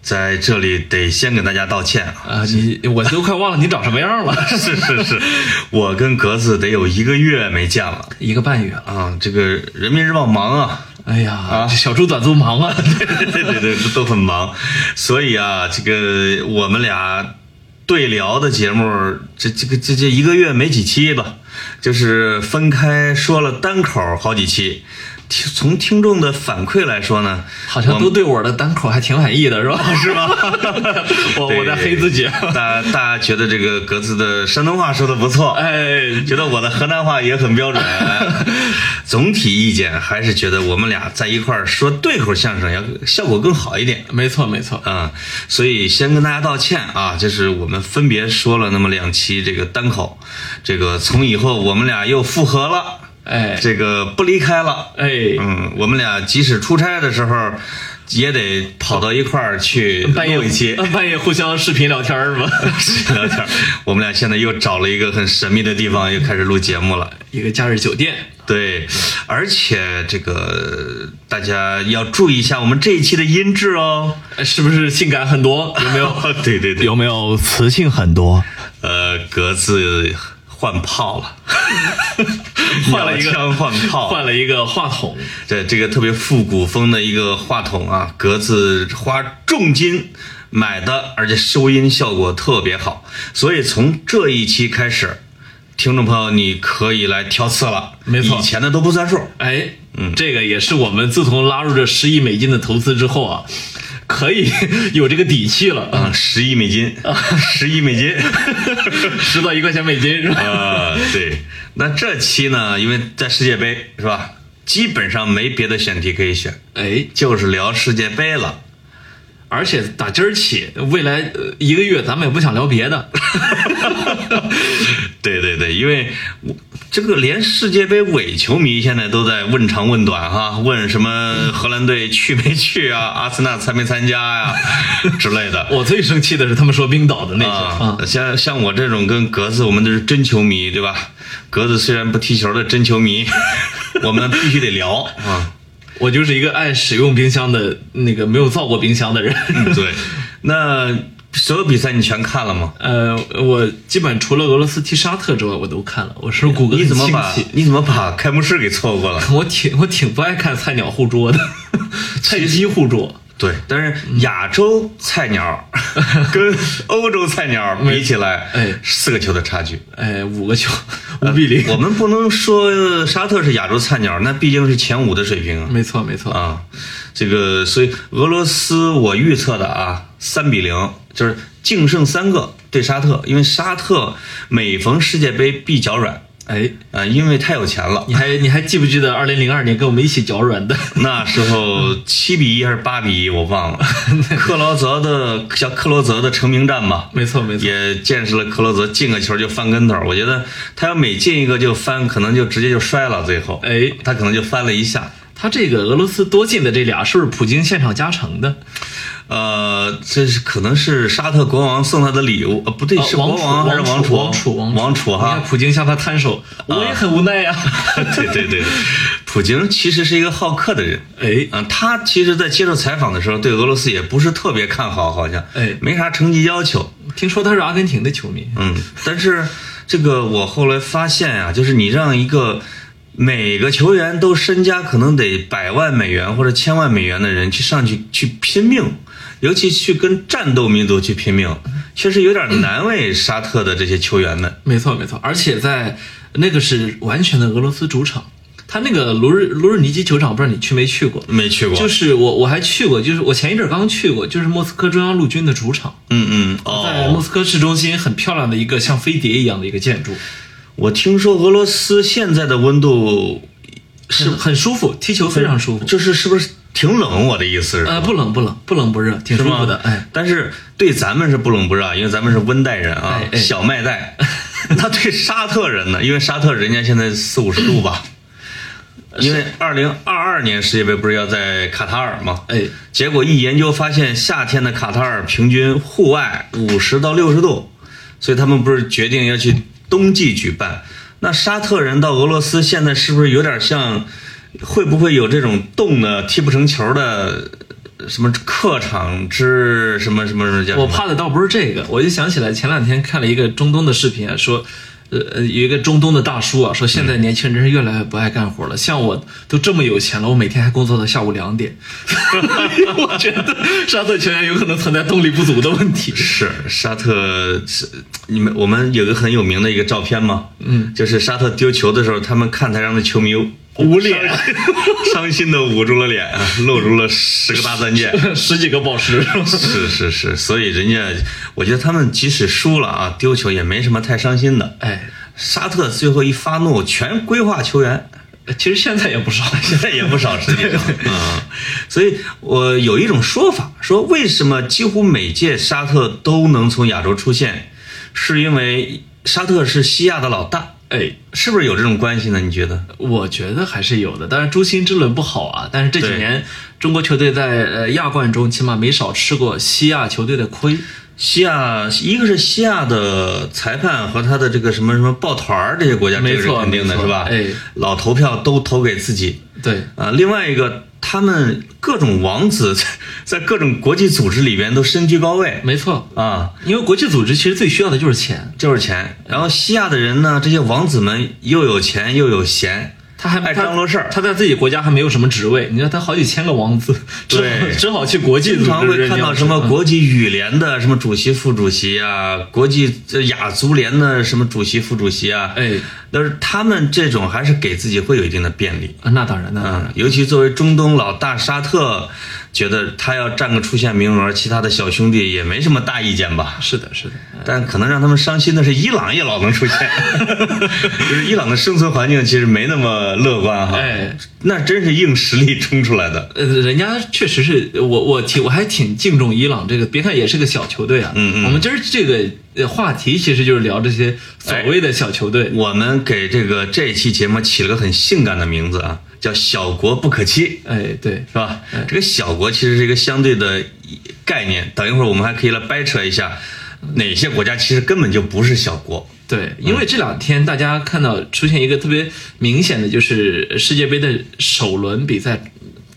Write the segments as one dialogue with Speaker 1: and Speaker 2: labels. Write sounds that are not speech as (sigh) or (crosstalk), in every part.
Speaker 1: 在这里得先给大家道歉
Speaker 2: (laughs)
Speaker 1: 啊！
Speaker 2: 啊，你我都快忘了你长什么样了，
Speaker 1: 是是是，我跟格子得有一个月没见了
Speaker 2: (laughs) 一个半月了。
Speaker 1: 啊！这个人民日报忙
Speaker 2: (laughs)
Speaker 1: 啊，
Speaker 2: 哎呀，这小猪短租忙啊，
Speaker 1: 对对对，都很忙，所以啊，这个我们俩对聊的节目，这这个这这一个月没几期吧，就是分开说了单口好几期。听从听众的反馈来说呢，
Speaker 2: (laughs) 好像都对我的单口还挺满意的， (laughs) 是吧？？
Speaker 1: 是吧 (laughs)
Speaker 2: 我我在黑自己
Speaker 1: 大大家觉得这个格子的山东话说的不错，
Speaker 2: (laughs) 哎
Speaker 1: 觉得我的河南话也
Speaker 2: (laughs)
Speaker 1: 很标准。总体意见还是觉得我们俩在一块儿说对口相声要效果更好一点。
Speaker 2: 没错没错，
Speaker 1: 啊、所以先跟大家道歉啊，就是我们分别说了那么两期这个单口，这个从以后我们俩又复合了，
Speaker 2: 哎
Speaker 1: 这个不离开了，
Speaker 2: 哎，
Speaker 1: 嗯，我们俩即使出差的时候，也得跑到一块儿去
Speaker 2: 半夜
Speaker 1: 录一期
Speaker 2: (laughs)
Speaker 1: (laughs)
Speaker 2: 半夜互相视频聊天儿是 (laughs) 吧？
Speaker 1: 聊天儿。我们俩现在又找了一个很神秘的地方，又开始录节目了。
Speaker 2: 一个假日酒店，
Speaker 1: 对，而且这个大家要注意一下我们这一期的音质哦。
Speaker 2: 呃是不是性感很 (laughs) 多？有没有？
Speaker 1: (laughs) 对对对，
Speaker 2: 有没有磁性很多？
Speaker 1: 呃，格子换炮了，
Speaker 2: 换了一个
Speaker 1: 鸟枪换炮，
Speaker 2: 换了一个话筒，
Speaker 1: 对，这个特别复古风的一个话筒啊，格子花重金买的，而且收音效果特别好，所以从这一期开始，听众朋友你可以来挑刺了，
Speaker 2: 没错
Speaker 1: 以前的都不算数。
Speaker 2: 哎，这个也是我们自从拉入这十亿美金的投资之后啊，可以 (laughs) 有这个底气了啊，
Speaker 1: 啊，十亿美金， (laughs) 十亿美金，
Speaker 2: (laughs) 十到一块钱美金是吧？
Speaker 1: 啊，对，那这期呢，因为在世界杯是吧，基本上没别的选题可以选，
Speaker 2: 哎，
Speaker 1: 就是聊世界杯了。
Speaker 2: 而且打今儿起，未来呃一个月咱们也不想聊别的。 (laughs)
Speaker 1: 对对对，因为我这个连世界杯伪球迷现在都在问长问短哈，问什么荷兰队去没去啊，阿森纳参没参加呀、之类的。
Speaker 2: 我最生气的是他们说冰岛的那些啊，，
Speaker 1: 啊像像我这种跟格子，我们都是真球迷，对吧？格子虽然不踢球的真球迷， (laughs) 我们必须得聊
Speaker 2: 嗯
Speaker 1: 啊。
Speaker 2: 我就是一个爱使用冰箱的那个没有造过冰箱的人。
Speaker 1: 嗯对，
Speaker 2: (laughs)
Speaker 1: 那所有比赛你全看了吗？
Speaker 2: (laughs) 呃，我基本除了俄罗斯踢沙特之外，我都看了。我是骨骼
Speaker 1: 你
Speaker 2: 很
Speaker 1: 怎么
Speaker 2: 清
Speaker 1: 把
Speaker 2: 奇，
Speaker 1: 你怎么把开幕式给错过了？
Speaker 2: 我挺我挺不爱看菜鸟互啄的，菜鸡互啄。
Speaker 1: 对，但
Speaker 2: 嗯
Speaker 1: 是亚洲菜
Speaker 2: (laughs)
Speaker 1: 鸟跟欧洲菜鸟比起来，
Speaker 2: 哎
Speaker 1: 四个球的差距。
Speaker 2: (laughs)
Speaker 1: 呃
Speaker 2: 哎，五个球，五比零。
Speaker 1: 我们不能说沙特是亚洲菜鸟，那毕竟是前五的水平啊。
Speaker 2: 没错，没错。
Speaker 1: 啊，这个所以俄罗斯我预测的啊，三比零就是净胜三个对沙特，因为沙特每逢世界杯必脚软，
Speaker 2: 哎，
Speaker 1: 啊，因为太有钱了
Speaker 2: 你。 (laughs) 还你还记不记得二零零二年跟我们一起脚软的？
Speaker 1: 那时候七比一还是八比一，我
Speaker 2: (laughs)
Speaker 1: 忘了。克劳泽的叫克罗泽的成名
Speaker 2: (laughs)
Speaker 1: 战吧，
Speaker 2: (laughs) 没错，没错。
Speaker 1: 也见识了克罗泽进个球就翻跟头。我觉得他要每进一个就翻，可能就直接就摔了。最后，
Speaker 2: 哎
Speaker 1: 他可能就翻了一下。
Speaker 2: 他这个俄罗斯多进的这俩是不是普京现场加成的？
Speaker 1: 呃，这是可能是沙特国王送他的礼物，呃，不对，
Speaker 2: 啊
Speaker 1: 是国
Speaker 2: 储
Speaker 1: 王还是
Speaker 2: 王
Speaker 1: 储？
Speaker 2: 王储，啊
Speaker 1: 王
Speaker 2: 王
Speaker 1: 储
Speaker 2: 你
Speaker 1: 哈
Speaker 2: 看。普京向他摊手，我也很无奈 (laughs) 呀、
Speaker 1: 对对对，普京其实是一个好客的人。
Speaker 2: 哎，
Speaker 1: 嗯，他其实，在接受采访的时候，对俄罗斯也不是特别看好，好像，
Speaker 2: 哎
Speaker 1: 没啥成绩要求，
Speaker 2: 听说他是阿根廷的球迷，
Speaker 1: 嗯，但是这个我后来发现啊，就是你让一个每个球员都身家可能得百万美元或者千万美元的人去上去去拼命，尤其去跟战斗民族去拼命，确实有点难为沙特的这些球员们。
Speaker 2: 没错没错，而且在那个是完全的俄罗斯主场，他那个卢日卢日尼基球场，不知道你去没去过？
Speaker 1: 没去过，
Speaker 2: 就是我我还去过，就是我前一阵儿刚去过，就是莫斯科中央陆军的主场，
Speaker 1: 嗯嗯，
Speaker 2: 在莫
Speaker 1: 哦，
Speaker 2: 斯科市中心很漂亮的一个像飞碟一样的一个建筑，
Speaker 1: 我听说俄罗斯现在的温度
Speaker 2: 是很舒服，踢球非常舒服。
Speaker 1: 嗯就是是不是挺冷，我的意思是。
Speaker 2: 呃，不冷不冷，不冷不热，挺
Speaker 1: 是
Speaker 2: 舒服
Speaker 1: 吗
Speaker 2: 的。？哎，，
Speaker 1: 但是对咱们是不冷不热，因为咱们是温带人啊，
Speaker 2: 哎哎
Speaker 1: 小
Speaker 2: (laughs)
Speaker 1: 麦带。那对沙特人呢？因为沙特人家现在四五十度吧。因为二零二二年世界杯不是要在卡塔尔吗？
Speaker 2: 哎，
Speaker 1: 结果一研究发现，夏天的卡塔尔平均户外五十到六十度，所以他们不是决定要去冬季举办。那沙特人到俄罗斯现在是不是有点像？会不会有这种冻的踢不成球的什么客场之什么什么什么叫什么？
Speaker 2: 我怕的倒不是这个，我就想起来前两天看了一个中东的视频啊，说，呃，呃有一个中东的大叔啊，说
Speaker 1: 嗯
Speaker 2: 现在年轻人是越来越不爱干活了，像我都这么有钱了，我每天还工作到下午两点， (laughs) 我觉得沙特球员有可能存在动力不足的问题。
Speaker 1: 是沙特是你们我们有个很有名的一个照片嘛，嗯，就是沙特丢球的时候，他们看台上的球迷捂脸，伤心的捂住了脸，啊露出了十个大钻戒。
Speaker 2: 十几个宝石，
Speaker 1: (laughs) 是是是，所以人家，我觉得他们即使输了啊，丢球也没什么太伤心的。
Speaker 2: 哎，
Speaker 1: 沙特最后一发怒，全规划球员，
Speaker 2: 其实现在也不少，
Speaker 1: 现 (laughs) 在也不少，实际上，嗯，所以我有一种说法，说为什么几乎每届沙特都能从亚洲出现，是因为沙特是西亚的老大，
Speaker 2: 哎，
Speaker 1: 是不是有这种关系呢？你觉得？
Speaker 2: 我觉得还是有的，当然诛心之轮不好啊，但是这几
Speaker 1: 对
Speaker 2: 年中国球队在呃亚冠中起码没少吃过西亚球队的亏。
Speaker 1: 西亚，一个是西亚的裁判和他的这个什么什么抱团儿这些国家，
Speaker 2: 没
Speaker 1: 这个是
Speaker 2: 错
Speaker 1: 肯定的
Speaker 2: 没错
Speaker 1: 是吧？
Speaker 2: 哎
Speaker 1: 老投票都投给自己，
Speaker 2: 对，
Speaker 1: 啊，另外一个，他们各种王子在在各种国际组织里边都身居高位
Speaker 2: 没错，
Speaker 1: 啊，
Speaker 2: 因为国际组织其实最需要的就是钱，
Speaker 1: 就是钱。然后西亚的人呢，这些王子们又有钱又有闲，
Speaker 2: 他还
Speaker 1: 爱张罗事儿
Speaker 2: 他在自己国家还没有什么职位，你看他好几千个王子， (laughs) 只好
Speaker 1: 对
Speaker 2: 只好去国际组
Speaker 1: 经
Speaker 2: 织
Speaker 1: 常会
Speaker 2: 人家
Speaker 1: 看到
Speaker 2: 是
Speaker 1: 什么
Speaker 2: 嗯
Speaker 1: 国际羽联的什么主席、副主席啊，国际这亚足联的什么主席、副主席啊，
Speaker 2: 哎，
Speaker 1: 但是他们这种还是给自己会有一定的便利。
Speaker 2: 啊那当然，那当然
Speaker 1: 嗯，，尤其作为中东老大沙特，觉得他要占个出线名额，其他的小兄弟也没什么大意见吧？
Speaker 2: 是的，是的，
Speaker 1: 但可能让他们伤心的是，伊朗也老能
Speaker 2: (laughs)
Speaker 1: 出现，就是伊朗的生存环境其实没那么乐观哈。
Speaker 2: 哎，
Speaker 1: 那真是硬实力冲出来的。
Speaker 2: 呃，人家确实是我我挺我还挺敬重伊朗这个，别看也是个小球队啊。
Speaker 1: 嗯嗯
Speaker 2: 我们今儿这个呃话题其实就是聊这些所
Speaker 1: 哎
Speaker 2: 谓的小球队。
Speaker 1: 我们给这个这一期节目起了个很性感的名字啊，叫“小国不可欺
Speaker 2: 哎对”，
Speaker 1: 是吧？
Speaker 2: 哎
Speaker 1: 这个小国其实是一个相对的概念。等一会儿我们还可以来掰扯一下，哪些国家其实根本就不是小国。
Speaker 2: 对，因为这两天大家看到出现一个特别明显的，就是世界杯的首轮比赛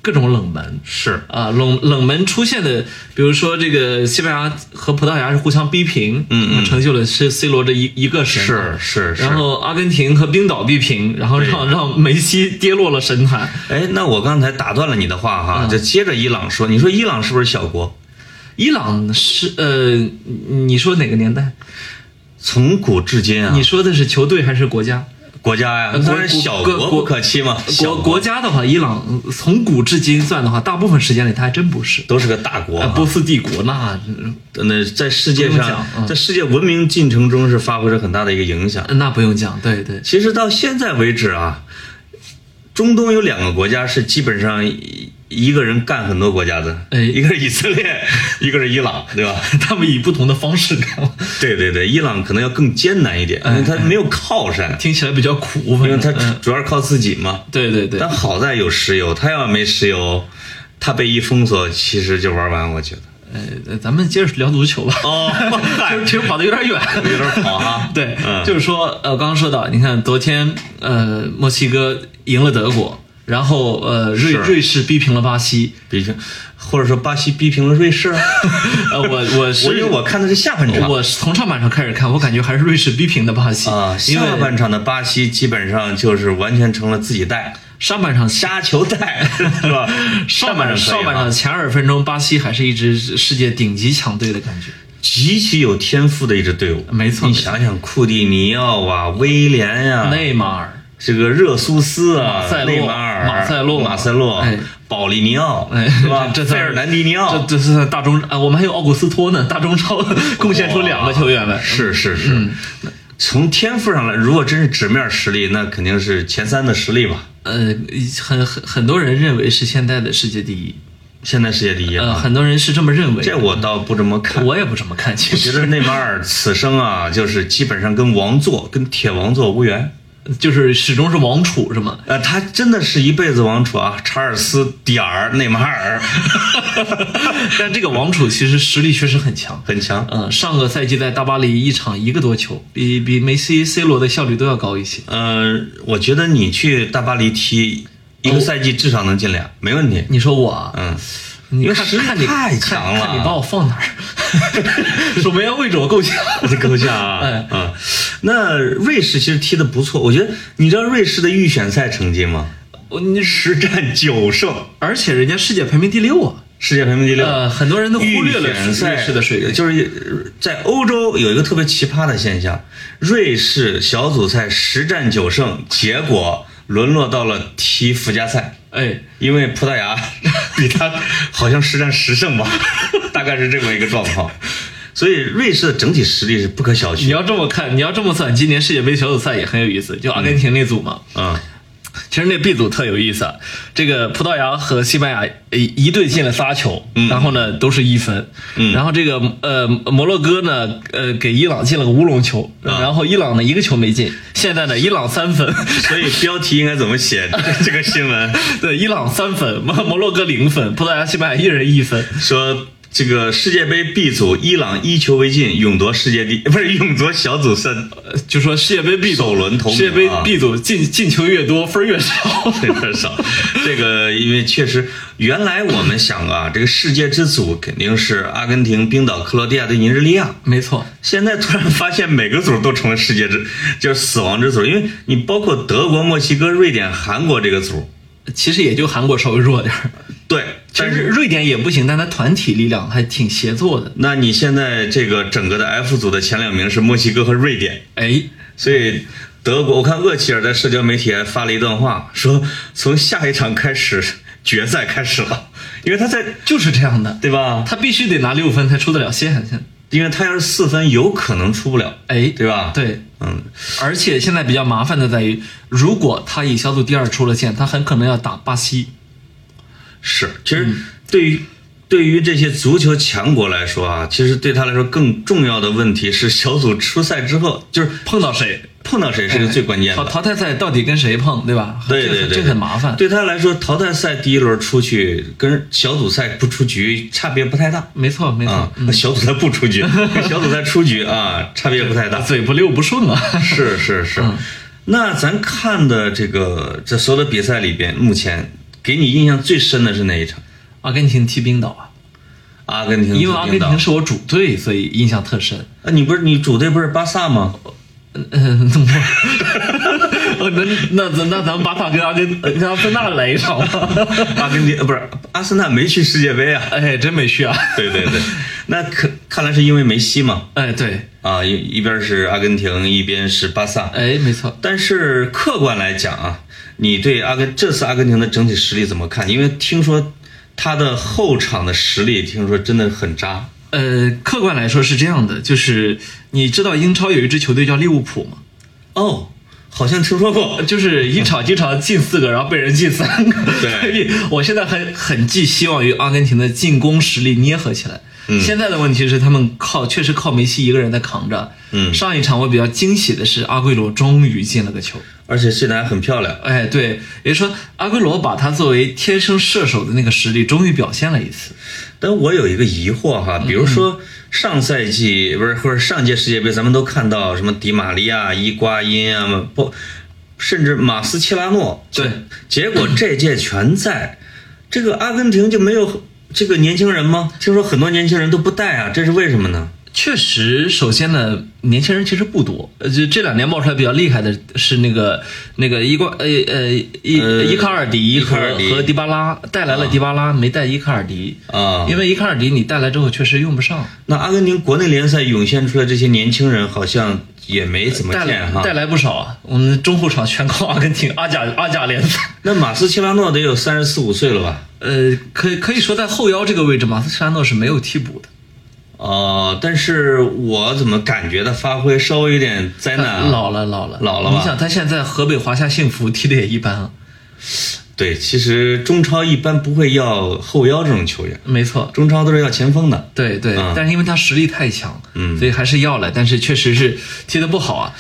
Speaker 2: 各种冷门。
Speaker 1: 是
Speaker 2: 啊，冷冷门出现的，比如说这个西班牙和葡萄牙是互相逼平，
Speaker 1: 嗯嗯
Speaker 2: 成就了是 C 罗这一一个神，
Speaker 1: 是是是。
Speaker 2: 然后阿根廷和冰岛逼平，然后让让梅西跌落了神坛。
Speaker 1: 哎，那我刚才打断了你的话哈，
Speaker 2: 嗯
Speaker 1: 就接着伊朗说，你说伊朗是不是小国？
Speaker 2: 伊朗是呃，你说哪个年代？
Speaker 1: 从古至今啊，
Speaker 2: 你说的是球队还是国家？
Speaker 1: 国家呀
Speaker 2: 呃，
Speaker 1: 当然
Speaker 2: 国
Speaker 1: 小
Speaker 2: 国
Speaker 1: 国
Speaker 2: 国
Speaker 1: 不可欺嘛，小
Speaker 2: 国国家的话，伊朗嗯从古至今算的话，大部分时间里它还真不是。
Speaker 1: 都是个大国
Speaker 2: 啊，
Speaker 1: 啊。
Speaker 2: 波斯帝国那嗯
Speaker 1: 那在世界
Speaker 2: 不用讲
Speaker 1: 上，
Speaker 2: 嗯
Speaker 1: 在世界文明进程中是发挥着很大的一个影响。
Speaker 2: 那不用讲，对对， (laughs)
Speaker 1: 其实到现在为止啊，中东有两个国家是基本上一一个人干很多国家的，
Speaker 2: 哎
Speaker 1: 一个是以色列， (laughs) 一个是伊朗，对吧？
Speaker 2: 他们以不同的方式干，
Speaker 1: 对对对，伊朗可能要更艰难一点，因为它没有靠山，
Speaker 2: 听起来比较苦，反
Speaker 1: 因为
Speaker 2: 正
Speaker 1: 它主
Speaker 2: 哎嗯
Speaker 1: 主要是靠自己嘛。
Speaker 2: 对对对
Speaker 1: 但，好在有石油，他要没石油，他被一封锁，其实就玩完，我觉得。
Speaker 2: 呃，咱们接着聊足球吧。
Speaker 1: 哦，
Speaker 2: (laughs) 其实跑得有点远，
Speaker 1: (laughs) 有
Speaker 2: (laughs)
Speaker 1: 点跑 (laughs) 哈
Speaker 2: 对，
Speaker 1: 嗯
Speaker 2: 就是说，呃，刚刚说到，你看昨天，呃，墨西哥赢了德国，然后呃，瑞
Speaker 1: 是
Speaker 2: 瑞士逼平了巴西。
Speaker 1: 逼平，或者说巴西逼平了瑞 (laughs) 士啊。
Speaker 2: 呃，我我
Speaker 1: 我
Speaker 2: 是
Speaker 1: 以为我看的是下半场
Speaker 2: 我是从上半场开始看，我感觉还是瑞士逼平的巴西
Speaker 1: 啊，
Speaker 2: 因
Speaker 1: 下半
Speaker 2: 为
Speaker 1: 场的巴西基本上就是完全成了自己带
Speaker 2: 上半场下
Speaker 1: 杀球带，是 (laughs) 吧？
Speaker 2: 上半
Speaker 1: 可以啊
Speaker 2: 上半场前二十分钟，巴西还是一支世界顶级强队的感觉。
Speaker 1: 极其有天赋的一支队伍，
Speaker 2: 没错
Speaker 1: 你
Speaker 2: 没错
Speaker 1: 想想，库蒂尼奥啊，威廉呀、
Speaker 2: 内马尔，
Speaker 1: 这个热苏斯啊
Speaker 2: 马塞，洛
Speaker 1: 内马尔、
Speaker 2: 马塞洛
Speaker 1: 马塞洛
Speaker 2: 哎、
Speaker 1: 保利尼奥，
Speaker 2: 哎，
Speaker 1: 是 (laughs) 吧？
Speaker 2: 这这
Speaker 1: 费
Speaker 2: 算
Speaker 1: 尔南迪尼
Speaker 2: 这
Speaker 1: 奥
Speaker 2: 这是大中啊，我们还有奥古斯托呢，大中超贡献出两个球员来。
Speaker 1: 是是是。
Speaker 2: 嗯
Speaker 1: 那从天赋上来，如果真是纸面实力，那肯定是前三的实力吧。
Speaker 2: 呃，很很很多人认为是现在的世界第一，
Speaker 1: 现在世界第一
Speaker 2: 呃，
Speaker 1: 啊，
Speaker 2: 很多人是这么认为的。
Speaker 1: 这我倒不这么看。
Speaker 2: 我也不这么看，其
Speaker 1: 我觉
Speaker 2: 实
Speaker 1: 得内马尔此生啊，就是基本上跟王座、跟铁王座无缘。
Speaker 2: 就是始终是王储是
Speaker 1: (laughs)
Speaker 2: 吗？
Speaker 1: 呃，他真的是一辈子王储啊，查尔斯点儿内马尔 (laughs)
Speaker 2: 但这个王储其实实力确实很强。
Speaker 1: 很强。
Speaker 2: 嗯，上个赛季在大巴黎一场一个多球，比比梅西、C 罗的效率都要高一些。
Speaker 1: 呃，我觉得你去大巴黎踢一
Speaker 2: 哦
Speaker 1: 个赛季，至少能进俩，没问题。
Speaker 2: 你说我啊，
Speaker 1: 嗯，
Speaker 2: 你
Speaker 1: 因为
Speaker 2: 看
Speaker 1: 实力
Speaker 2: 看你
Speaker 1: 太强了
Speaker 2: 看，看你把我放哪儿？ (laughs) 守门员位置我够呛。
Speaker 1: (laughs) 我的构架啊，
Speaker 2: (laughs) 哎
Speaker 1: 嗯，那瑞士其实踢得不错，我觉得你知道瑞士的预选赛成绩吗？
Speaker 2: 我你
Speaker 1: 十战九胜，
Speaker 2: 而且人家世界排名第六啊，
Speaker 1: 世界排名第六。
Speaker 2: 呃，很多人都忽略了
Speaker 1: 预选赛
Speaker 2: 瑞士的水平。
Speaker 1: 就是在欧洲有一个特别奇葩的现象，瑞士小组赛十战九胜，结果沦落到了踢附加赛，
Speaker 2: 哎，
Speaker 1: 因为葡萄牙 (laughs) 比他好像十战十胜吧， (laughs) 大概是这么一个状况。所以瑞士的整体实力是不可小
Speaker 2: 你
Speaker 1: 觑。
Speaker 2: 要这么看，你要这么算，今年世界杯小组赛也很有意思，就阿根廷那组嘛。
Speaker 1: 嗯，
Speaker 2: 其实那 B 组特有意思，啊，这个葡萄牙和西班牙呃一队进了仨球，然后呢都是一分，然后这个呃摩洛哥呢呃给伊朗进了个乌龙球，然后伊朗呢一个球没进，现在呢伊朗三分， (laughs)
Speaker 1: 所以标题应该怎么写 (laughs) 这个新闻？
Speaker 2: 对，伊朗三分，摩摩洛哥零分，葡萄牙、西班牙一人一分，
Speaker 1: 说这个世界杯 B 组，伊朗一球未进，勇夺世界第 (laughs) 不是勇夺小组赛
Speaker 2: 呃就说世界杯 B 组
Speaker 1: 首轮头名啊
Speaker 2: 世界杯 B 组进进球越多分儿越少，
Speaker 1: (laughs) 有点少。这个因为确实，原来我们想啊，这个世界之组肯定是阿根廷、冰岛、克罗地亚对尼日利亚。
Speaker 2: 没错，
Speaker 1: 现在突然发现每个组都成了世界之，就是死亡之组，因为你包括德国、墨西哥、瑞典、韩国这个组，
Speaker 2: 其实也就韩国稍微弱点儿，
Speaker 1: 对，
Speaker 2: 其
Speaker 1: 但
Speaker 2: 实
Speaker 1: 是。
Speaker 2: 瑞典也不行，但他团体力量还挺协作的，
Speaker 1: 那你现在这个整个的 F 组的前两名是墨西哥和瑞典，
Speaker 2: 哎。
Speaker 1: 所以德国，我看厄齐尔在社交媒体还发了一段话，说从下一场开始决赛开始了，因为他在
Speaker 2: 就是这样的，
Speaker 1: 对吧？
Speaker 2: 他必须得拿六分才出得了线。现在，
Speaker 1: 因为他要是四分，有可能出不了，
Speaker 2: 哎，
Speaker 1: 对吧？，
Speaker 2: 对，
Speaker 1: 嗯，
Speaker 2: 而且现在比较麻烦的在于，如果他以小组第二出了线，他很可能要打巴西。
Speaker 1: 是。其实
Speaker 2: 嗯
Speaker 1: 对于、对于这些足球强国来说啊，其实对他来说更重要的问题是小组出赛之后，就是
Speaker 2: 碰到谁
Speaker 1: 碰到谁是个最关键
Speaker 2: 哎淘
Speaker 1: 的。
Speaker 2: 淘汰赛到底跟谁碰，对吧？
Speaker 1: 对
Speaker 2: 这
Speaker 1: 对对
Speaker 2: 这
Speaker 1: 对，
Speaker 2: 很麻烦。，
Speaker 1: 对他来说，淘汰赛第一轮出去跟小组赛不出局差别不太大
Speaker 2: 没错没错嗯
Speaker 1: 啊，。小组赛不出
Speaker 2: (laughs)
Speaker 1: 局，跟小组赛出局啊差别不太大。
Speaker 2: 嘴不溜不顺啊
Speaker 1: (laughs)
Speaker 2: 了，
Speaker 1: 是是是。
Speaker 2: 嗯
Speaker 1: 那咱看的这个这所有的比赛里边，目前给你印象最深的是哪一场？
Speaker 2: 阿根廷踢冰岛啊，
Speaker 1: 阿根廷，
Speaker 2: 因为阿根廷
Speaker 1: 啊，
Speaker 2: 是我主队，所以印象特深。
Speaker 1: 你不是你主队不是巴
Speaker 2: (laughs)
Speaker 1: 萨吗？
Speaker 2: 嗯，怎么？ (laughs) 哦那那那那咱们巴萨跟阿根跟阿森纳来一场吧？
Speaker 1: 阿根廷呃不是阿森纳没去世界杯啊？
Speaker 2: (laughs) 哎，真没趣啊！
Speaker 1: 对对对，那可看来是因为梅西嘛
Speaker 2: 哎，对，
Speaker 1: 啊，一一边是阿根廷，一边是巴萨。
Speaker 2: 哎，没错。
Speaker 1: 但是客观来讲啊，你对阿根这次阿根廷的整体实力怎么看？因为听说他的后场的实力，听说真的很渣。
Speaker 2: 呃，客观来说是这样的，就是你知道英超有一支球队叫利物浦吗？
Speaker 1: 哦，好像听说过。
Speaker 2: 就是一
Speaker 1: (laughs)
Speaker 2: 场经常进四个，然后被人进三个。
Speaker 1: 对
Speaker 2: (laughs) 所以我现在很很寄希望于阿根廷的进攻实力捏合起来。
Speaker 1: 嗯
Speaker 2: 现在的问题是他们靠确实靠梅西一个人在扛着。
Speaker 1: 嗯
Speaker 2: 上一场我比较惊喜的是阿圭罗终于进了个球。
Speaker 1: 而且进的还很漂亮。
Speaker 2: 哎，对，也就是说阿圭罗把他作为天生射手的那个实力终于表现了一次。
Speaker 1: 但我有一个疑惑哈，
Speaker 2: 嗯
Speaker 1: 比如说上赛季不是或者上届世界杯，咱们都看到什么迪玛利亚、伊瓜因啊，不，甚至马斯切拉诺，
Speaker 2: 对，
Speaker 1: 结果这届全在，这个阿根廷就没有这个年轻人吗？听说很多年轻人都不带啊，这是为什么呢？
Speaker 2: 确实，首先呢，年轻人其实不多，呃，就这两年冒出来比较厉害的是那个那个伊瓜呃呃伊
Speaker 1: 呃
Speaker 2: 伊卡尔迪
Speaker 1: 伊
Speaker 2: 和
Speaker 1: 卡尔迪
Speaker 2: 和迪巴拉带来了迪巴拉，没带伊卡尔迪
Speaker 1: 啊
Speaker 2: 因为伊卡尔迪你带来之后确实用不上，
Speaker 1: 那阿根廷国内联赛涌现出来这些年轻人，好像也没怎么
Speaker 2: 带
Speaker 1: 见
Speaker 2: 来
Speaker 1: 哈
Speaker 2: 带。来不少啊。我们中后场全靠阿根廷阿甲阿甲联赛，
Speaker 1: 那马斯切拉诺得有三十四五岁了吧？
Speaker 2: 呃，可以可以说在后腰这个位置，马斯切拉诺是没有替补的。
Speaker 1: 哦，但是我怎么感觉他发挥稍微有点灾难啊？
Speaker 2: 老了老了
Speaker 1: 老了吧
Speaker 2: 你想他现在河北华夏幸福踢的也一般啊，
Speaker 1: 对，其实中超一般不会要后腰这种球员，
Speaker 2: 没错，
Speaker 1: 中超都是要前锋的。
Speaker 2: 对对，
Speaker 1: 嗯
Speaker 2: 但是因为他实力太强，
Speaker 1: 嗯
Speaker 2: 所以还是要了，但是确实是踢得不好啊。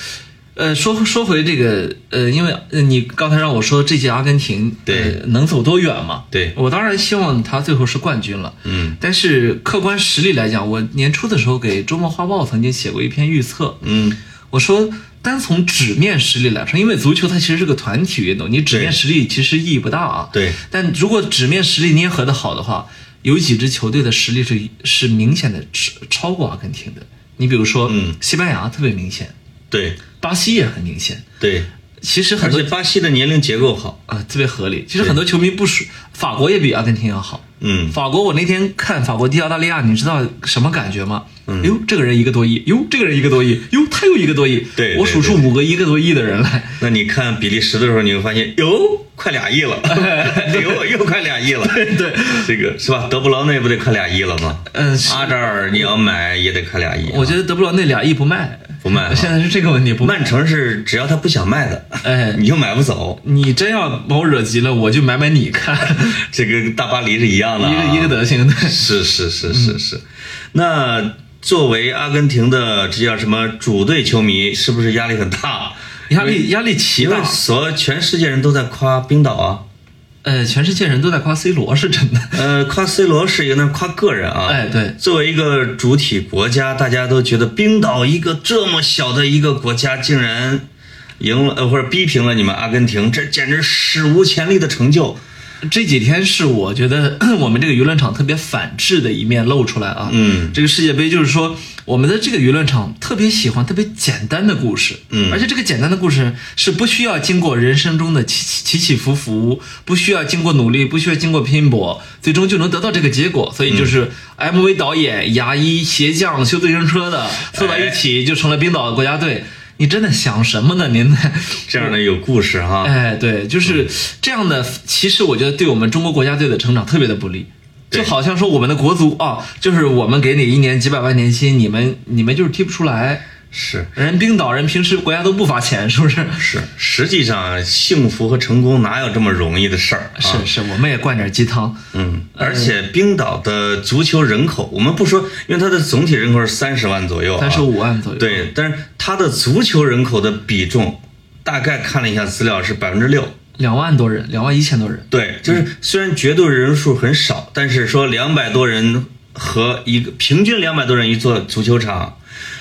Speaker 2: 呃，说说回这个，呃，因为呃你刚才让我说这届阿根廷
Speaker 1: 对
Speaker 2: 呃、能走多远嘛？
Speaker 1: 对
Speaker 2: 我当然希望他最后是冠军了。
Speaker 1: 嗯
Speaker 2: 但是客观实力来讲，我年初的时候给《周末画报》曾经写过一篇预测，
Speaker 1: 嗯，
Speaker 2: 我说单从纸面实力来说，因为足球它其实是个团体运动，你纸面
Speaker 1: 对
Speaker 2: 实力其实意义不大啊。
Speaker 1: 对
Speaker 2: 但如果纸面实力捏合的好的话，有几支球队的实力是是明显的超超过阿根廷的。你比如说，
Speaker 1: 嗯
Speaker 2: 西班牙特别明显，
Speaker 1: 对
Speaker 2: 巴西也很明显。
Speaker 1: 对，
Speaker 2: 其实很
Speaker 1: 而
Speaker 2: 多
Speaker 1: 且巴西的年龄结构好。
Speaker 2: 啊、特别合理。其实很多球迷不熟，法国也比阿根廷要好。
Speaker 1: 嗯
Speaker 2: 法国，我那天看法国踢澳大利亚，你知道什么感觉吗？
Speaker 1: 嗯
Speaker 2: 哟，这个人一个多亿，哟，这个人一个多亿，哟，他又一个多亿。
Speaker 1: 对对
Speaker 2: 我数出
Speaker 1: 对
Speaker 2: 五个一个多亿的人来。
Speaker 1: 那你看比利时的时候，你会发现，哟，快俩
Speaker 2: (laughs)
Speaker 1: 亿了，又又快俩亿了，
Speaker 2: 对，
Speaker 1: 这个是吧？德布劳内不得快俩亿了吗？
Speaker 2: 嗯，是
Speaker 1: 阿扎尔你要买也得快俩亿啊、
Speaker 2: 我觉得德布劳内俩亿不卖，
Speaker 1: 不卖啊
Speaker 2: (laughs) 现在是这个问题不卖。
Speaker 1: 曼城是只要他不想卖的，
Speaker 2: 哎
Speaker 1: 你就买不走。
Speaker 2: 你真要把我惹急了，我就买买你看，
Speaker 1: (laughs) 这个大巴黎是一样的、
Speaker 2: 一
Speaker 1: 啊，
Speaker 2: 个一个德行的。
Speaker 1: (laughs) 是是是是是。那作为阿根廷的这叫什么主队球迷，是不是压力很大？
Speaker 2: 压力压力 (laughs) 极
Speaker 1: 因为
Speaker 2: 大，
Speaker 1: 所全世界人都在夸冰岛
Speaker 2: (laughs)
Speaker 1: 啊，
Speaker 2: 呃，全世界人都在夸 C 罗是真的，
Speaker 1: 呃，夸 C 罗是一个，那夸个人啊。
Speaker 2: 哎对
Speaker 1: 作为一个主体国家，大家都觉得冰岛一个这么小的一个国家，竟然赢了，呃，或者逼平了你们阿根廷，这简直史无前例的成就。
Speaker 2: 这几天是我觉得 (clears throat) 我们这个舆论场特别反制的一面露出来啊。
Speaker 1: 嗯
Speaker 2: 这个世界杯就是说，我们的这个舆论场特别喜欢特别简单的故事，
Speaker 1: 嗯
Speaker 2: 而且这个简单的故事是不需要经过人生中的起起起起伏伏，不需要经过努力，不需要经过拼搏，最终就能得到这个结果。所以就是
Speaker 1: 嗯
Speaker 2: MV 导演、牙医、鞋匠、修自行车的凑到一起，就成了冰岛国家队。你真的想什么呢？您呢？
Speaker 1: 这样的有故事哈、
Speaker 2: 哎，对，
Speaker 1: 嗯
Speaker 2: 就是这样的。其实我觉得对我们中国国家队的成长特别的不利，
Speaker 1: 对
Speaker 2: 就好像说我们的国足啊，就是我们给你一年几百万年薪，你们你们就是踢不出来。
Speaker 1: 是
Speaker 2: 人冰岛人平时国家都不发钱，是不是？
Speaker 1: 是，实际上幸福和成功哪有这么容易的事儿啊？
Speaker 2: 是是，我们也灌点鸡汤。
Speaker 1: 嗯，而且冰岛的足球人口，我们不说，因为它的总体人口是三十万左右、啊，
Speaker 2: 35万左右
Speaker 1: 对，但是它的足球人口的比重，大概看了一下资料是百分之六。
Speaker 2: 两万多人，两万一千多人，
Speaker 1: 对，就是虽然绝对人数很少，但是说两百多人和一个平均两百多人一座足球场，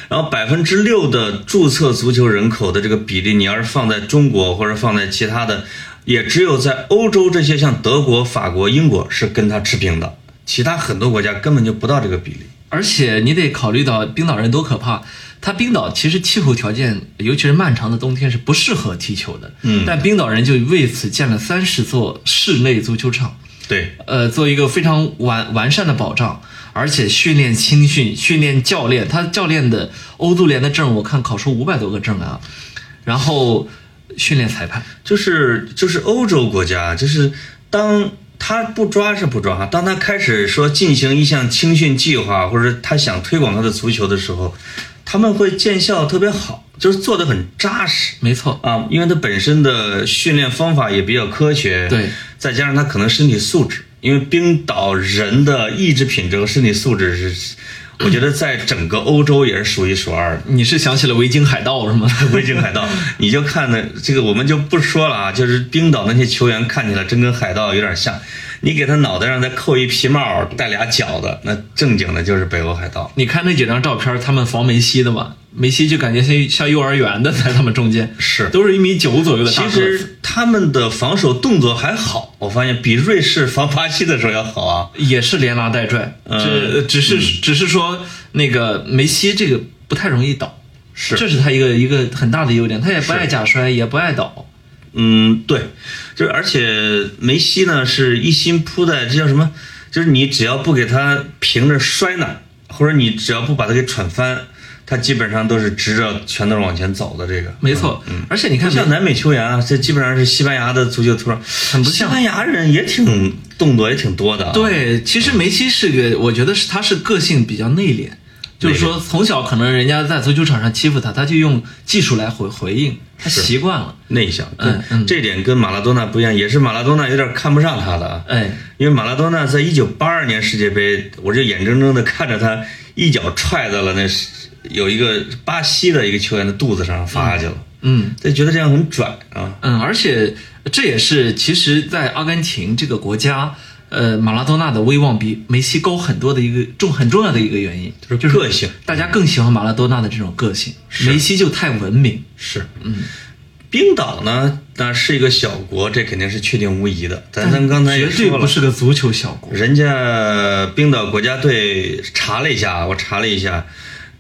Speaker 1: 然后百分之六的注册足球人口的这个比例，你要是放在中国或者放在其他的，也只有在欧洲这些像德国、法国、英国是跟它持平的，其他很多国家根本就不到这个比例。
Speaker 2: 而且你得考虑到冰岛人多可怕。他冰岛其实气候条件，尤其是漫长的冬天是不适合踢球的。
Speaker 1: 嗯
Speaker 2: 但冰岛人就为此建了三十座室内足球场。
Speaker 1: 对，
Speaker 2: 呃，做一个非常完完善的保障，而且训练青训、训练教练，他教练的欧足联的证，我看考出五百多个证来啊，然后训练裁判，
Speaker 1: 就是就是欧洲国家，就是当他不抓是不抓，当他开始说进行一项青训计划，或者他想推广他的足球的时候，他们会见效特别好，就是做的很扎实
Speaker 2: 没错，
Speaker 1: 啊，因为他本身的训练方法也比较科学，
Speaker 2: 对，
Speaker 1: 再加上他可能身体素质，因为冰岛人的意志品质和身体素质是，我觉得在整个欧洲也是数一数二的。
Speaker 2: 你是想起了维京海盗是吗？ (laughs)
Speaker 1: 维京海 (laughs) 盗，你就看的这个我们就不说了啊，就是冰岛那些球员看起来真跟海盗有点像，你给他脑袋上再扣一皮帽，带俩角的，那正经的就是北欧海盗。
Speaker 2: 你看那几张照片，他们防梅西的 (laughs) 嘛，梅西就感觉像像幼儿园的在他们中间，
Speaker 1: 是
Speaker 2: 都是一米九左右的大
Speaker 1: 其
Speaker 2: 个子，
Speaker 1: 实他们的防守动作还好，我发现比瑞士防巴西的时候要好啊。
Speaker 2: 也是连拉带拽，
Speaker 1: 嗯
Speaker 2: 只只是、只是说那个梅西这个不太容易倒。
Speaker 1: 是
Speaker 2: 这是他一个一个很大的优点，他也不爱假摔，也不爱倒。
Speaker 1: 嗯，对，就是而且梅西呢是一心扑在这叫什么？就是你只要不给他平着摔哪儿，或者你只要不把他给铲翻，他基本上都是直着全都是往前走的。这个
Speaker 2: 没错，而且你看
Speaker 1: 嗯不像
Speaker 2: 梅，
Speaker 1: 南美球员啊，这基本上是西班牙的足球土壤，
Speaker 2: 很不像嗯
Speaker 1: 西班牙人也挺动作也挺多的、啊。，
Speaker 2: 对，其实梅西是个，我觉得是他是个性比较内敛，就是说从小可能人家在足球场上欺负他，他就用技术来回回应，他
Speaker 1: 是
Speaker 2: 习惯了。
Speaker 1: 内向，
Speaker 2: 嗯
Speaker 1: 跟
Speaker 2: 嗯
Speaker 1: 这点跟马拉多纳不一样，也是马拉多纳有点看不上他的啊。
Speaker 2: 哎，
Speaker 1: 因为马拉多纳在一九八二年世界杯，我就眼睁睁的看着他一脚踹到了那是有一个巴西的一个球员的肚子上发去了，
Speaker 2: 嗯
Speaker 1: 他觉得这样很拽啊。
Speaker 2: 嗯，而且这也是其实，在阿根廷这个国家。呃，马拉多纳的威望比梅西高很多的一个重很重要的一个原因，
Speaker 1: 就是
Speaker 2: 就是
Speaker 1: 个性
Speaker 2: 大家更喜欢马拉多纳的这种个性，梅西就太文明。
Speaker 1: 是，嗯。冰岛呢，那是一个小国，这肯定是确定无疑的。咱咱刚才也
Speaker 2: 绝对
Speaker 1: 说了
Speaker 2: 不，是个足球小国。
Speaker 1: 人家冰岛国家队查了一下，我查了一下，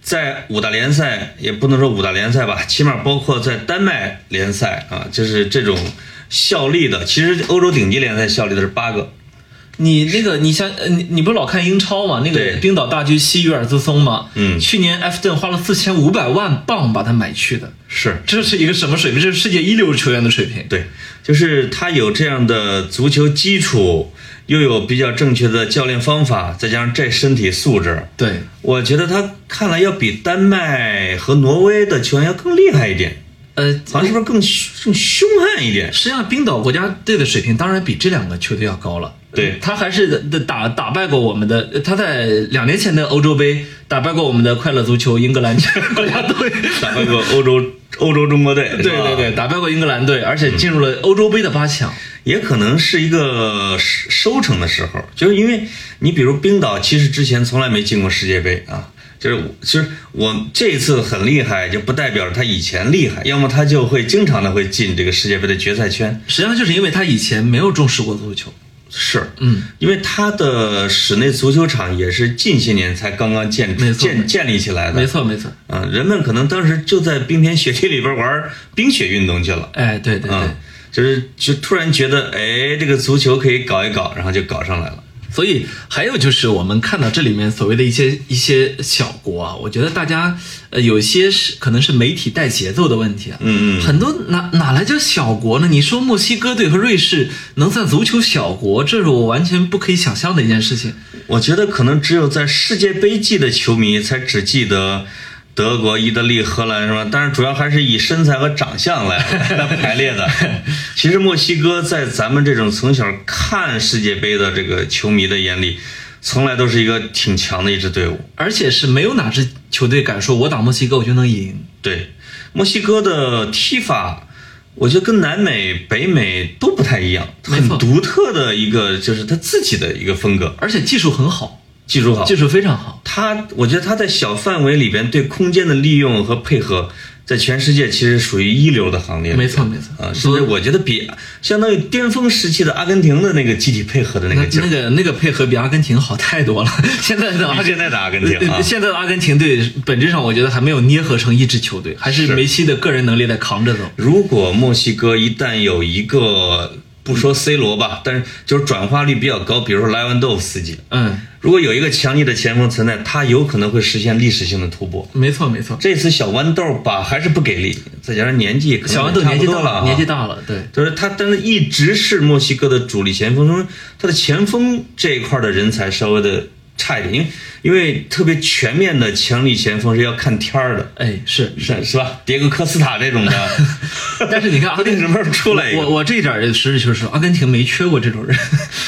Speaker 1: 在五大联赛也不能说五大联赛吧，起码包括在丹麦联赛啊，就是这种效力的，其实欧洲顶级联赛效力的是八个，
Speaker 2: 你那个，你像呃，你你不老看英超嘛？那
Speaker 1: 对
Speaker 2: 个冰岛大军西约尔兹松嘛，
Speaker 1: 嗯
Speaker 2: 去年埃弗顿花了四千五百万镑把他买去的，
Speaker 1: 是
Speaker 2: 这是一个什么水平？这是世界一流球员的水平。
Speaker 1: 对，就是他有这样的足球基础，又有比较正确的教练方法，再加上这身体素质，
Speaker 2: 对，
Speaker 1: 我觉得他看来要比丹麦和挪威的球员要更厉害一点，
Speaker 2: 呃，
Speaker 1: 好像是不是更更凶悍一点？
Speaker 2: 实际上冰岛国家队的水平当然比这两个球队要高了。嗯
Speaker 1: 对
Speaker 2: 他还是打打败过我们的，呃他在两年前的欧洲杯打败过我们的快乐足球英格兰
Speaker 1: (laughs)
Speaker 2: 国家队。 (laughs)
Speaker 1: 打败过欧洲欧洲中国队，
Speaker 2: 对
Speaker 1: 是吧
Speaker 2: 对对，，打败过英格兰队，而且进入了欧洲杯的八强。
Speaker 1: 也可能是一个收收成的时候，就是因为你比如冰岛，其实之前从来没进过世界杯啊。就是我，其实我这次很厉害，就不代表他以前厉害，要么他就会经常的会进这个世界杯的决赛圈。
Speaker 2: 实际上就是因为他以前没有重视过足球。
Speaker 1: 是，
Speaker 2: 嗯，
Speaker 1: 因为他的室内足球场也是近些年才刚刚建
Speaker 2: 没错没
Speaker 1: 建
Speaker 2: 错
Speaker 1: 建立起来的。
Speaker 2: 没，错没错，
Speaker 1: 嗯，人们可能当时就在冰天雪地里边玩冰雪运动去了。
Speaker 2: 哎，对对对，
Speaker 1: 嗯，就是就突然觉得，哎，这个足球可以搞一搞，然后就搞上来了。
Speaker 2: 所以还有就是我们看到这里面所谓的一些一些小国啊，我觉得大家呃有些是可能是媒体带节奏的问题啊，
Speaker 1: 嗯嗯
Speaker 2: 很多哪哪来叫小国呢？你说墨西哥队和瑞士能算足球小国，这是我完全不可以想象的一件事情。
Speaker 1: 我觉得可能只有在世界杯季的球迷才只记得德国、意大利、荷兰是吧？但是主要还是以身材和长相来 (laughs) 来排列 (laughs) 的。其实墨西哥在咱们这种从小看世界杯的这个球迷的眼里，从来都是一个挺强的一支队伍。
Speaker 2: 而且是没有哪支球队敢说，我打墨西哥我就能赢。
Speaker 1: 对，墨西哥的踢法，我觉得跟南美、北美都不太一样，
Speaker 2: 没
Speaker 1: 很
Speaker 2: 错
Speaker 1: 独特的一个就是他自己的一个风格。
Speaker 2: 而且技术很好，
Speaker 1: 记住好，
Speaker 2: 技术非常好。
Speaker 1: 他，我觉得他在小范围里边对空间的利用和配合，在全世界其实属于一流的行列。
Speaker 2: 没错没错
Speaker 1: 啊，甚至我觉得比相当于巅峰时期的阿根廷的那个集体配合的那
Speaker 2: 那
Speaker 1: 个劲儿
Speaker 2: 那。个那个配合比阿根廷好太多了。现在的阿根
Speaker 1: 比现在的阿根廷啊
Speaker 2: 呃现在的阿根廷队本质上我觉得还没有捏合成一支球队，还
Speaker 1: 是
Speaker 2: 是梅西的个人能力在扛着走。
Speaker 1: 如果墨西哥一旦有一个不说 C 罗吧，但是就是转化率比较高，比如说莱万豆夫斯基，
Speaker 2: 嗯，
Speaker 1: 如果有一个强力的前锋存在，他有可能会实现历史性的突破。
Speaker 2: 没错没错，
Speaker 1: 这次小豌豆吧还是不给力，再加上年纪可能
Speaker 2: 小豌豆
Speaker 1: 也差
Speaker 2: 年
Speaker 1: 不
Speaker 2: 纪大
Speaker 1: 多了啊，
Speaker 2: 年纪大了，对。
Speaker 1: 就是他，但是一直是墨西哥的主力前锋，因为他的前锋这一块的人才稍微的差一点，因为因为特别全面的强力前锋是要看天儿的，
Speaker 2: 哎，是
Speaker 1: 是是吧？迭戈科斯塔这种
Speaker 2: (laughs)
Speaker 1: 的，
Speaker 2: 但是你看阿
Speaker 1: 他
Speaker 2: 根
Speaker 1: 定什么时候出来一
Speaker 2: 我
Speaker 1: 个
Speaker 2: 我这一点儿实事求是，阿根廷没缺过这种人，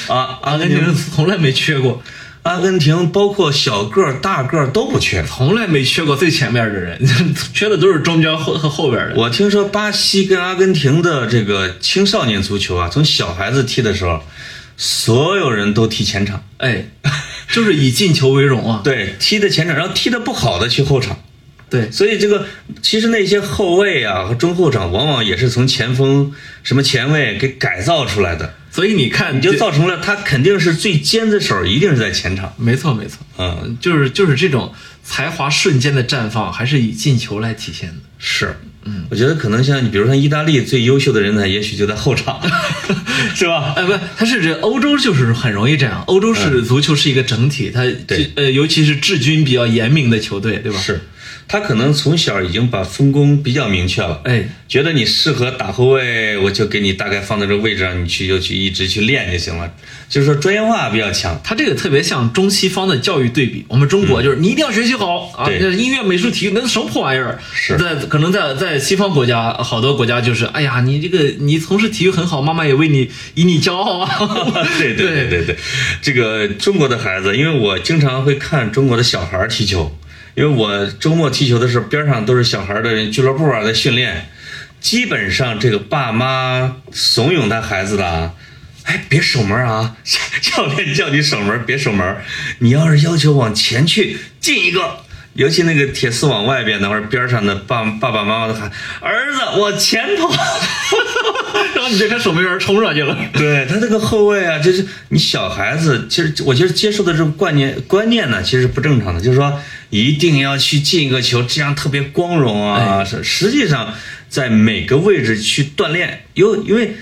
Speaker 1: 啊？
Speaker 2: (laughs)
Speaker 1: 阿
Speaker 2: 阿
Speaker 1: 根
Speaker 2: 根廷
Speaker 1: 廷，
Speaker 2: 从来没缺过，
Speaker 1: 阿根廷包括小个儿、大个儿都不缺。
Speaker 2: 从来没缺过最前面的人， (laughs) 缺的都是中间后和后边的。
Speaker 1: 我听说巴西跟阿根廷的这个青少年足球啊，从小孩子踢的时候，所有人都踢前场，
Speaker 2: 哎，就是以进球为荣啊。
Speaker 1: 对，踢的前场，然后踢的不好的去后场。
Speaker 2: 对，
Speaker 1: 所以这个其实那些后卫啊和中后场，往往也是从前锋什么前卫给改造出来的，
Speaker 2: 所以你看，
Speaker 1: 你就造成了他肯定是最尖的手，一定是在前场。
Speaker 2: 没错没错，
Speaker 1: 嗯，
Speaker 2: 就是就是这种才华瞬间的绽放，还是以进球来体现的。
Speaker 1: 是，嗯，我觉得可能像你，比如说意大利最优秀的人才，也许就在后场， (laughs) 是吧？
Speaker 2: 哎，不，他是这欧洲就是很容易这样。欧洲是足球是一个整体，它
Speaker 1: 嗯对
Speaker 2: 呃，尤其是治军比较严明的球队，对吧？，
Speaker 1: 是，他可能从小已经把分工比较明确了，
Speaker 2: 哎，
Speaker 1: 觉得你适合打后卫，我就给你大概放在这个位置上，你去就去一直去练就行了。就是说专业化比较强，
Speaker 2: 他这个特别像中西方的教育对比。我们中国就是你一定要学习好、啊，
Speaker 1: 对
Speaker 2: 就是音乐、美术、体育，那什么破玩意儿？
Speaker 1: 是
Speaker 2: 在可能在在西方国家，好多国家就是，哎呀，你这个你从事体育很好，妈妈也为你以你骄傲 (laughs) 啊。
Speaker 1: (laughs) 对对对对对，这个中国的孩子，因为我经常会看中国的小孩儿踢球，因为我周末踢球的时候，边上都是小孩儿的俱乐部啊在训练，基本上这个爸妈怂恿他孩子的啊。哎，别守门啊！ (laughs) 教练叫你守门，别守门。你要是要求往前去进一个，尤其那个铁丝网外边的或者边上的爸爸爸妈妈都喊：“儿子，往前跑。” (laughs)
Speaker 2: 然后你就看守门员冲上去了。
Speaker 1: 对他这个后卫啊，就是你小孩子，其实我觉得接受的这种观念观念呢，其实不正常的，就是说一定要去进一个球，这样特别光荣啊。是实际上在每个位置去锻炼，有因为。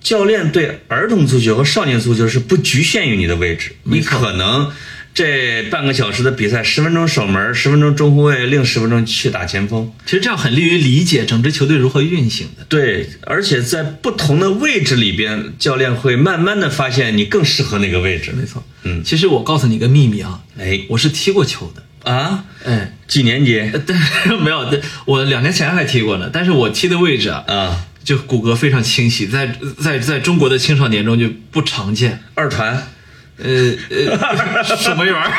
Speaker 1: 教练对儿童足球和少年足球是不局限于你的位置，你可能这半个小时的比赛，十分钟守门，十分钟中后卫，另十分钟去打前锋，
Speaker 2: 其实这样很利于理解整支球队如何运行的。
Speaker 1: 对，而且在不同的位置里边，教练会慢慢的发现你更适合哪个位置。
Speaker 2: 没错，
Speaker 1: 嗯
Speaker 2: 其实我告诉你一个秘密啊，
Speaker 1: 哎
Speaker 2: 我是踢过球的。
Speaker 1: 啊，
Speaker 2: 哎，
Speaker 1: 几年级
Speaker 2: 呃 (laughs) 但 (laughs) 是没有，但我两年前还踢过呢。但是我踢的位置啊，
Speaker 1: 啊？
Speaker 2: 就骨骼非常清晰，在在在中国的青少年中就不常见。
Speaker 1: 二传，
Speaker 2: 呃呃，守门员儿，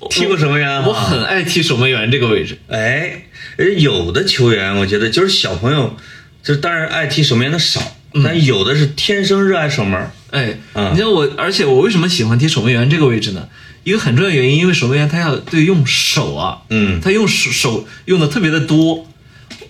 Speaker 1: 我 (laughs) 踢过什么呀？
Speaker 2: 我很爱踢守门员这个位置。
Speaker 1: 哎，呃有的球员我觉得就是小朋友，就是当然爱踢守门员的少，但有的是天生热爱守门。
Speaker 2: 哎，
Speaker 1: 嗯
Speaker 2: 你知道我，而且我为什么喜欢踢守门员这个位置呢？一个很重要的原因，因为守门员他要对用手啊，
Speaker 1: 嗯
Speaker 2: 他用手手用的特别的多。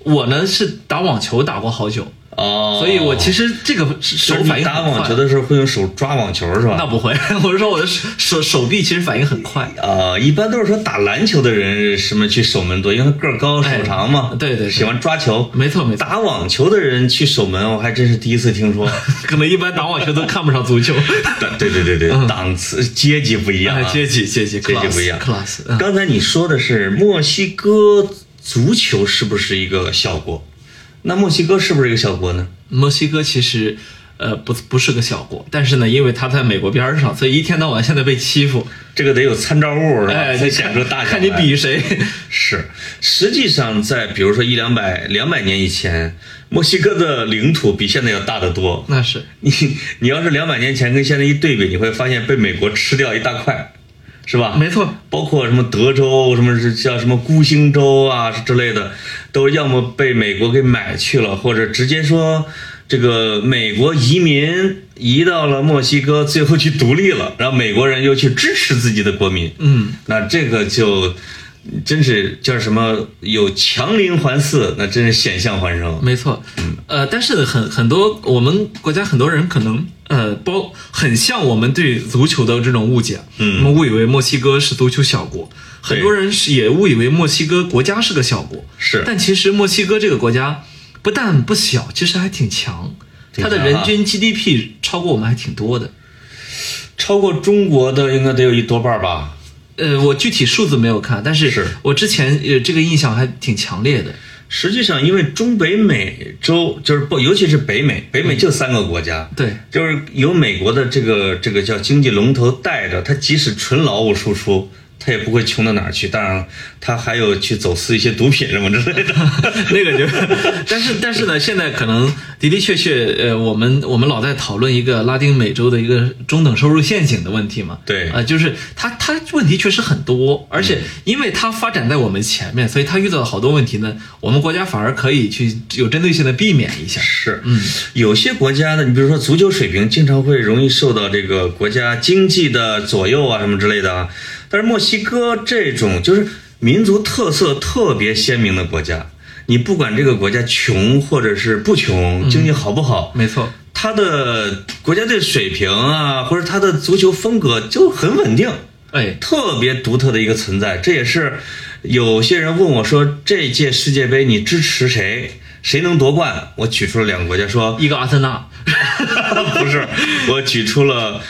Speaker 2: 我呢是打网球打过好久，
Speaker 1: 哦，
Speaker 2: 所以我其实这个手
Speaker 1: 就
Speaker 2: 反
Speaker 1: 是哦你
Speaker 2: 应
Speaker 1: 打
Speaker 2: 很快啊
Speaker 1: 网球的时候会用手抓网球是吧？
Speaker 2: 那不会， (laughs) 我是说我的手手手臂其实反应很快。
Speaker 1: 呃，一般都是说打篮球的人什么去守门多，因为他个儿高手长嘛，
Speaker 2: 哎对对对
Speaker 1: 喜欢抓球。
Speaker 2: 没错没错，
Speaker 1: (laughs) 打网球的人去守门，我还真是第一次听
Speaker 2: (laughs)
Speaker 1: 说。
Speaker 2: 可能一般打网球都看不上足
Speaker 1: (laughs)
Speaker 2: 球。
Speaker 1: 对对对对，档次阶级不一样、
Speaker 2: 哎
Speaker 1: 啊，
Speaker 2: 嗯阶级阶级
Speaker 1: 阶级不一样。
Speaker 2: class，class，嗯
Speaker 1: 刚才你说的是墨西哥足球是不是一个小国？那墨西哥是不是一个小国呢？
Speaker 2: 墨西哥其实，呃，不不是个小国，但是呢，因为它在美国边儿上，所以一天到晚现在被欺负。
Speaker 1: 这个得有参照物是吧？
Speaker 2: 哎，
Speaker 1: 才
Speaker 2: 你
Speaker 1: 显出大小来。
Speaker 2: 看你比谁。 (laughs)
Speaker 1: 是，实际上在比如说一两百两百年以前，墨西哥的领土比现在要大得多。 (laughs)
Speaker 2: 那是
Speaker 1: 你你要是两百年前跟现在一对比，你会发现被美国吃掉一大块，是吧？
Speaker 2: 没错，
Speaker 1: 包括什么德州，什么是叫什么孤星州啊之类的，都要么被美国给买去了，或者直接说这个美国移民移到了墨西哥，最后去独立了，然后美国人又去支持自己的国民，
Speaker 2: 嗯，
Speaker 1: 那这个就真是叫什么有强邻环伺，那真是险象环生。
Speaker 2: 没错。
Speaker 1: 嗯
Speaker 2: 呃，但是很很多我们国家很多人可能呃包很像我们对足球的这种误解，
Speaker 1: 嗯
Speaker 2: 我们误以为墨西哥是足球小国，很多人是也误以为墨西哥国家是个小国，
Speaker 1: 是
Speaker 2: 但其实墨西哥这个国家不但不小，其实还挺强，
Speaker 1: 挺
Speaker 2: 它的
Speaker 1: 强
Speaker 2: 人
Speaker 1: 啊
Speaker 2: 均 GDP 超过我们还挺多的。
Speaker 1: 超过中国的应该得有一多半吧。
Speaker 2: 呃，我具体数字没有看，但
Speaker 1: 是
Speaker 2: 是我之前呃这个印象还挺强烈的。
Speaker 1: 实际上，因为中北美洲就是不，尤其是北美，北美就三个国家，
Speaker 2: 对，
Speaker 1: 就是由美国的这个这个叫经济龙头带着，它即使纯劳务输出，它也不会穷到哪儿去。当然，它还有去走私一些毒品什么之类的。
Speaker 2: (laughs) 那个就，但是但是呢，现在可能的的确确，呃，我们我们老在讨论一个拉丁美洲的一个中等收入陷阱的问题嘛。
Speaker 1: 对嗯
Speaker 2: 啊、就是它它问题确实很多，而且因为它发展在我们前面，所以它遇到的好多问题呢，我们国家反而可以去有针对性的避免一下。
Speaker 1: 是，嗯，有些国家呢，你比如说足球水平，经常会容易受到这个国家经济的左右啊，什么之类的啊。但是墨西哥这种就是民族特色特别鲜明的国家，你不管这个国家穷或者是不穷，经济好不好，
Speaker 2: 没错，
Speaker 1: 他的国家队水平啊，或者他的足球风格就很稳定。
Speaker 2: 哎，
Speaker 1: 特别独特的一个存在。这也是有些人问我说，这届世界杯你支持谁？谁能夺冠？我举出了两个国家，说
Speaker 2: 一个阿森纳，
Speaker 1: 不是，我举出了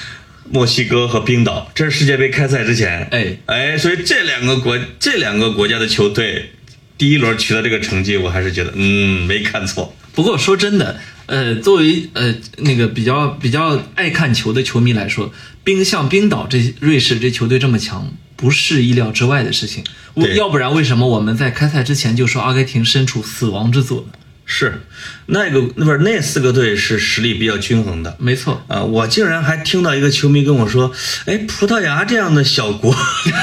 Speaker 1: 墨西哥和冰岛，这是世界杯开赛之前。
Speaker 2: 哎
Speaker 1: 哎，所以这两个国这两个国家的球队，第一轮取得这个成绩，我还是觉得嗯没看错。
Speaker 2: 不过说真的，呃，作为呃那个比较比较爱看球的球迷来说，冰像冰岛这瑞士这球队这么强，不是意料之外的事情。我
Speaker 1: 对
Speaker 2: 要不然为什么我们在开赛之前就说阿根廷身处死亡之组呢？
Speaker 1: 是，那个那不是那四个队是实力比较均衡的。
Speaker 2: 没错，
Speaker 1: 啊！我竟然还听到一个球迷跟我说：“哎，葡萄牙这样的小国， (laughs)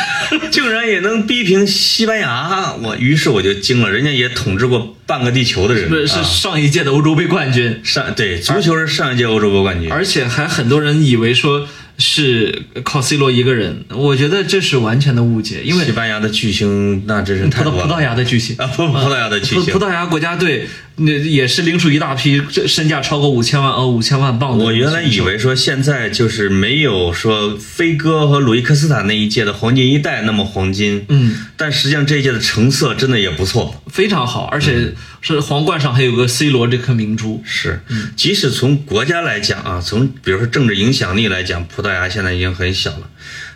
Speaker 1: 竟然也能逼平西班牙！”我于是我就惊了，人家也统治过半个地球的人，
Speaker 2: 不是是
Speaker 1: 啊
Speaker 2: 上一届的欧洲杯冠军，
Speaker 1: 上对足球是上一届欧洲杯冠军，
Speaker 2: 而且还很多人以为说是靠 C 罗一个人，我觉得这是完全的误解，因为
Speaker 1: 西班牙的巨星那真是
Speaker 2: (laughs) 葡
Speaker 1: 太
Speaker 2: 萄
Speaker 1: 多了。
Speaker 2: 葡萄牙的巨星
Speaker 1: 啊葡葡萄牙的巨
Speaker 2: 葡
Speaker 1: 星
Speaker 2: 葡萄牙国家队那也是领处一大批这身价超过五千万呃五千万镑的。
Speaker 1: 我原来以为说现在就是没有说飞哥和鲁伊克斯塔那一届的黄金一代那么黄金，
Speaker 2: 嗯，
Speaker 1: 但实际上这一届的成色真的也不错。
Speaker 2: 非常好，而且是皇冠上还有个 C 罗这颗明珠。
Speaker 1: 嗯是，即使从国家来讲啊，从比如说政治影响力来讲，葡萄牙现在已经很小了，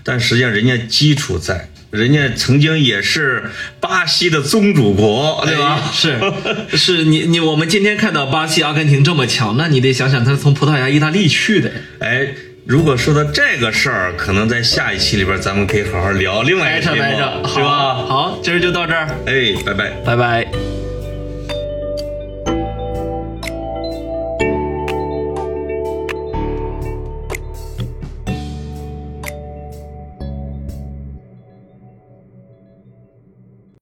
Speaker 1: 但实际上人家基础在，人家曾经也是巴西的宗主国，对吧？
Speaker 2: 哎
Speaker 1: (laughs)
Speaker 2: 是是，你你我们今天看到巴西、阿根廷这么强，那你得想想他是从葡萄牙、意大利去的。
Speaker 1: 哎，如果说到这个事儿，可能在下一期里边咱们可以好好聊另外
Speaker 2: 挨
Speaker 1: 哎一个
Speaker 2: 着
Speaker 1: 题目，
Speaker 2: 挨着，
Speaker 1: 对吧？
Speaker 2: 好，好，今儿就到这儿，
Speaker 1: 哎，拜拜。
Speaker 2: 拜拜。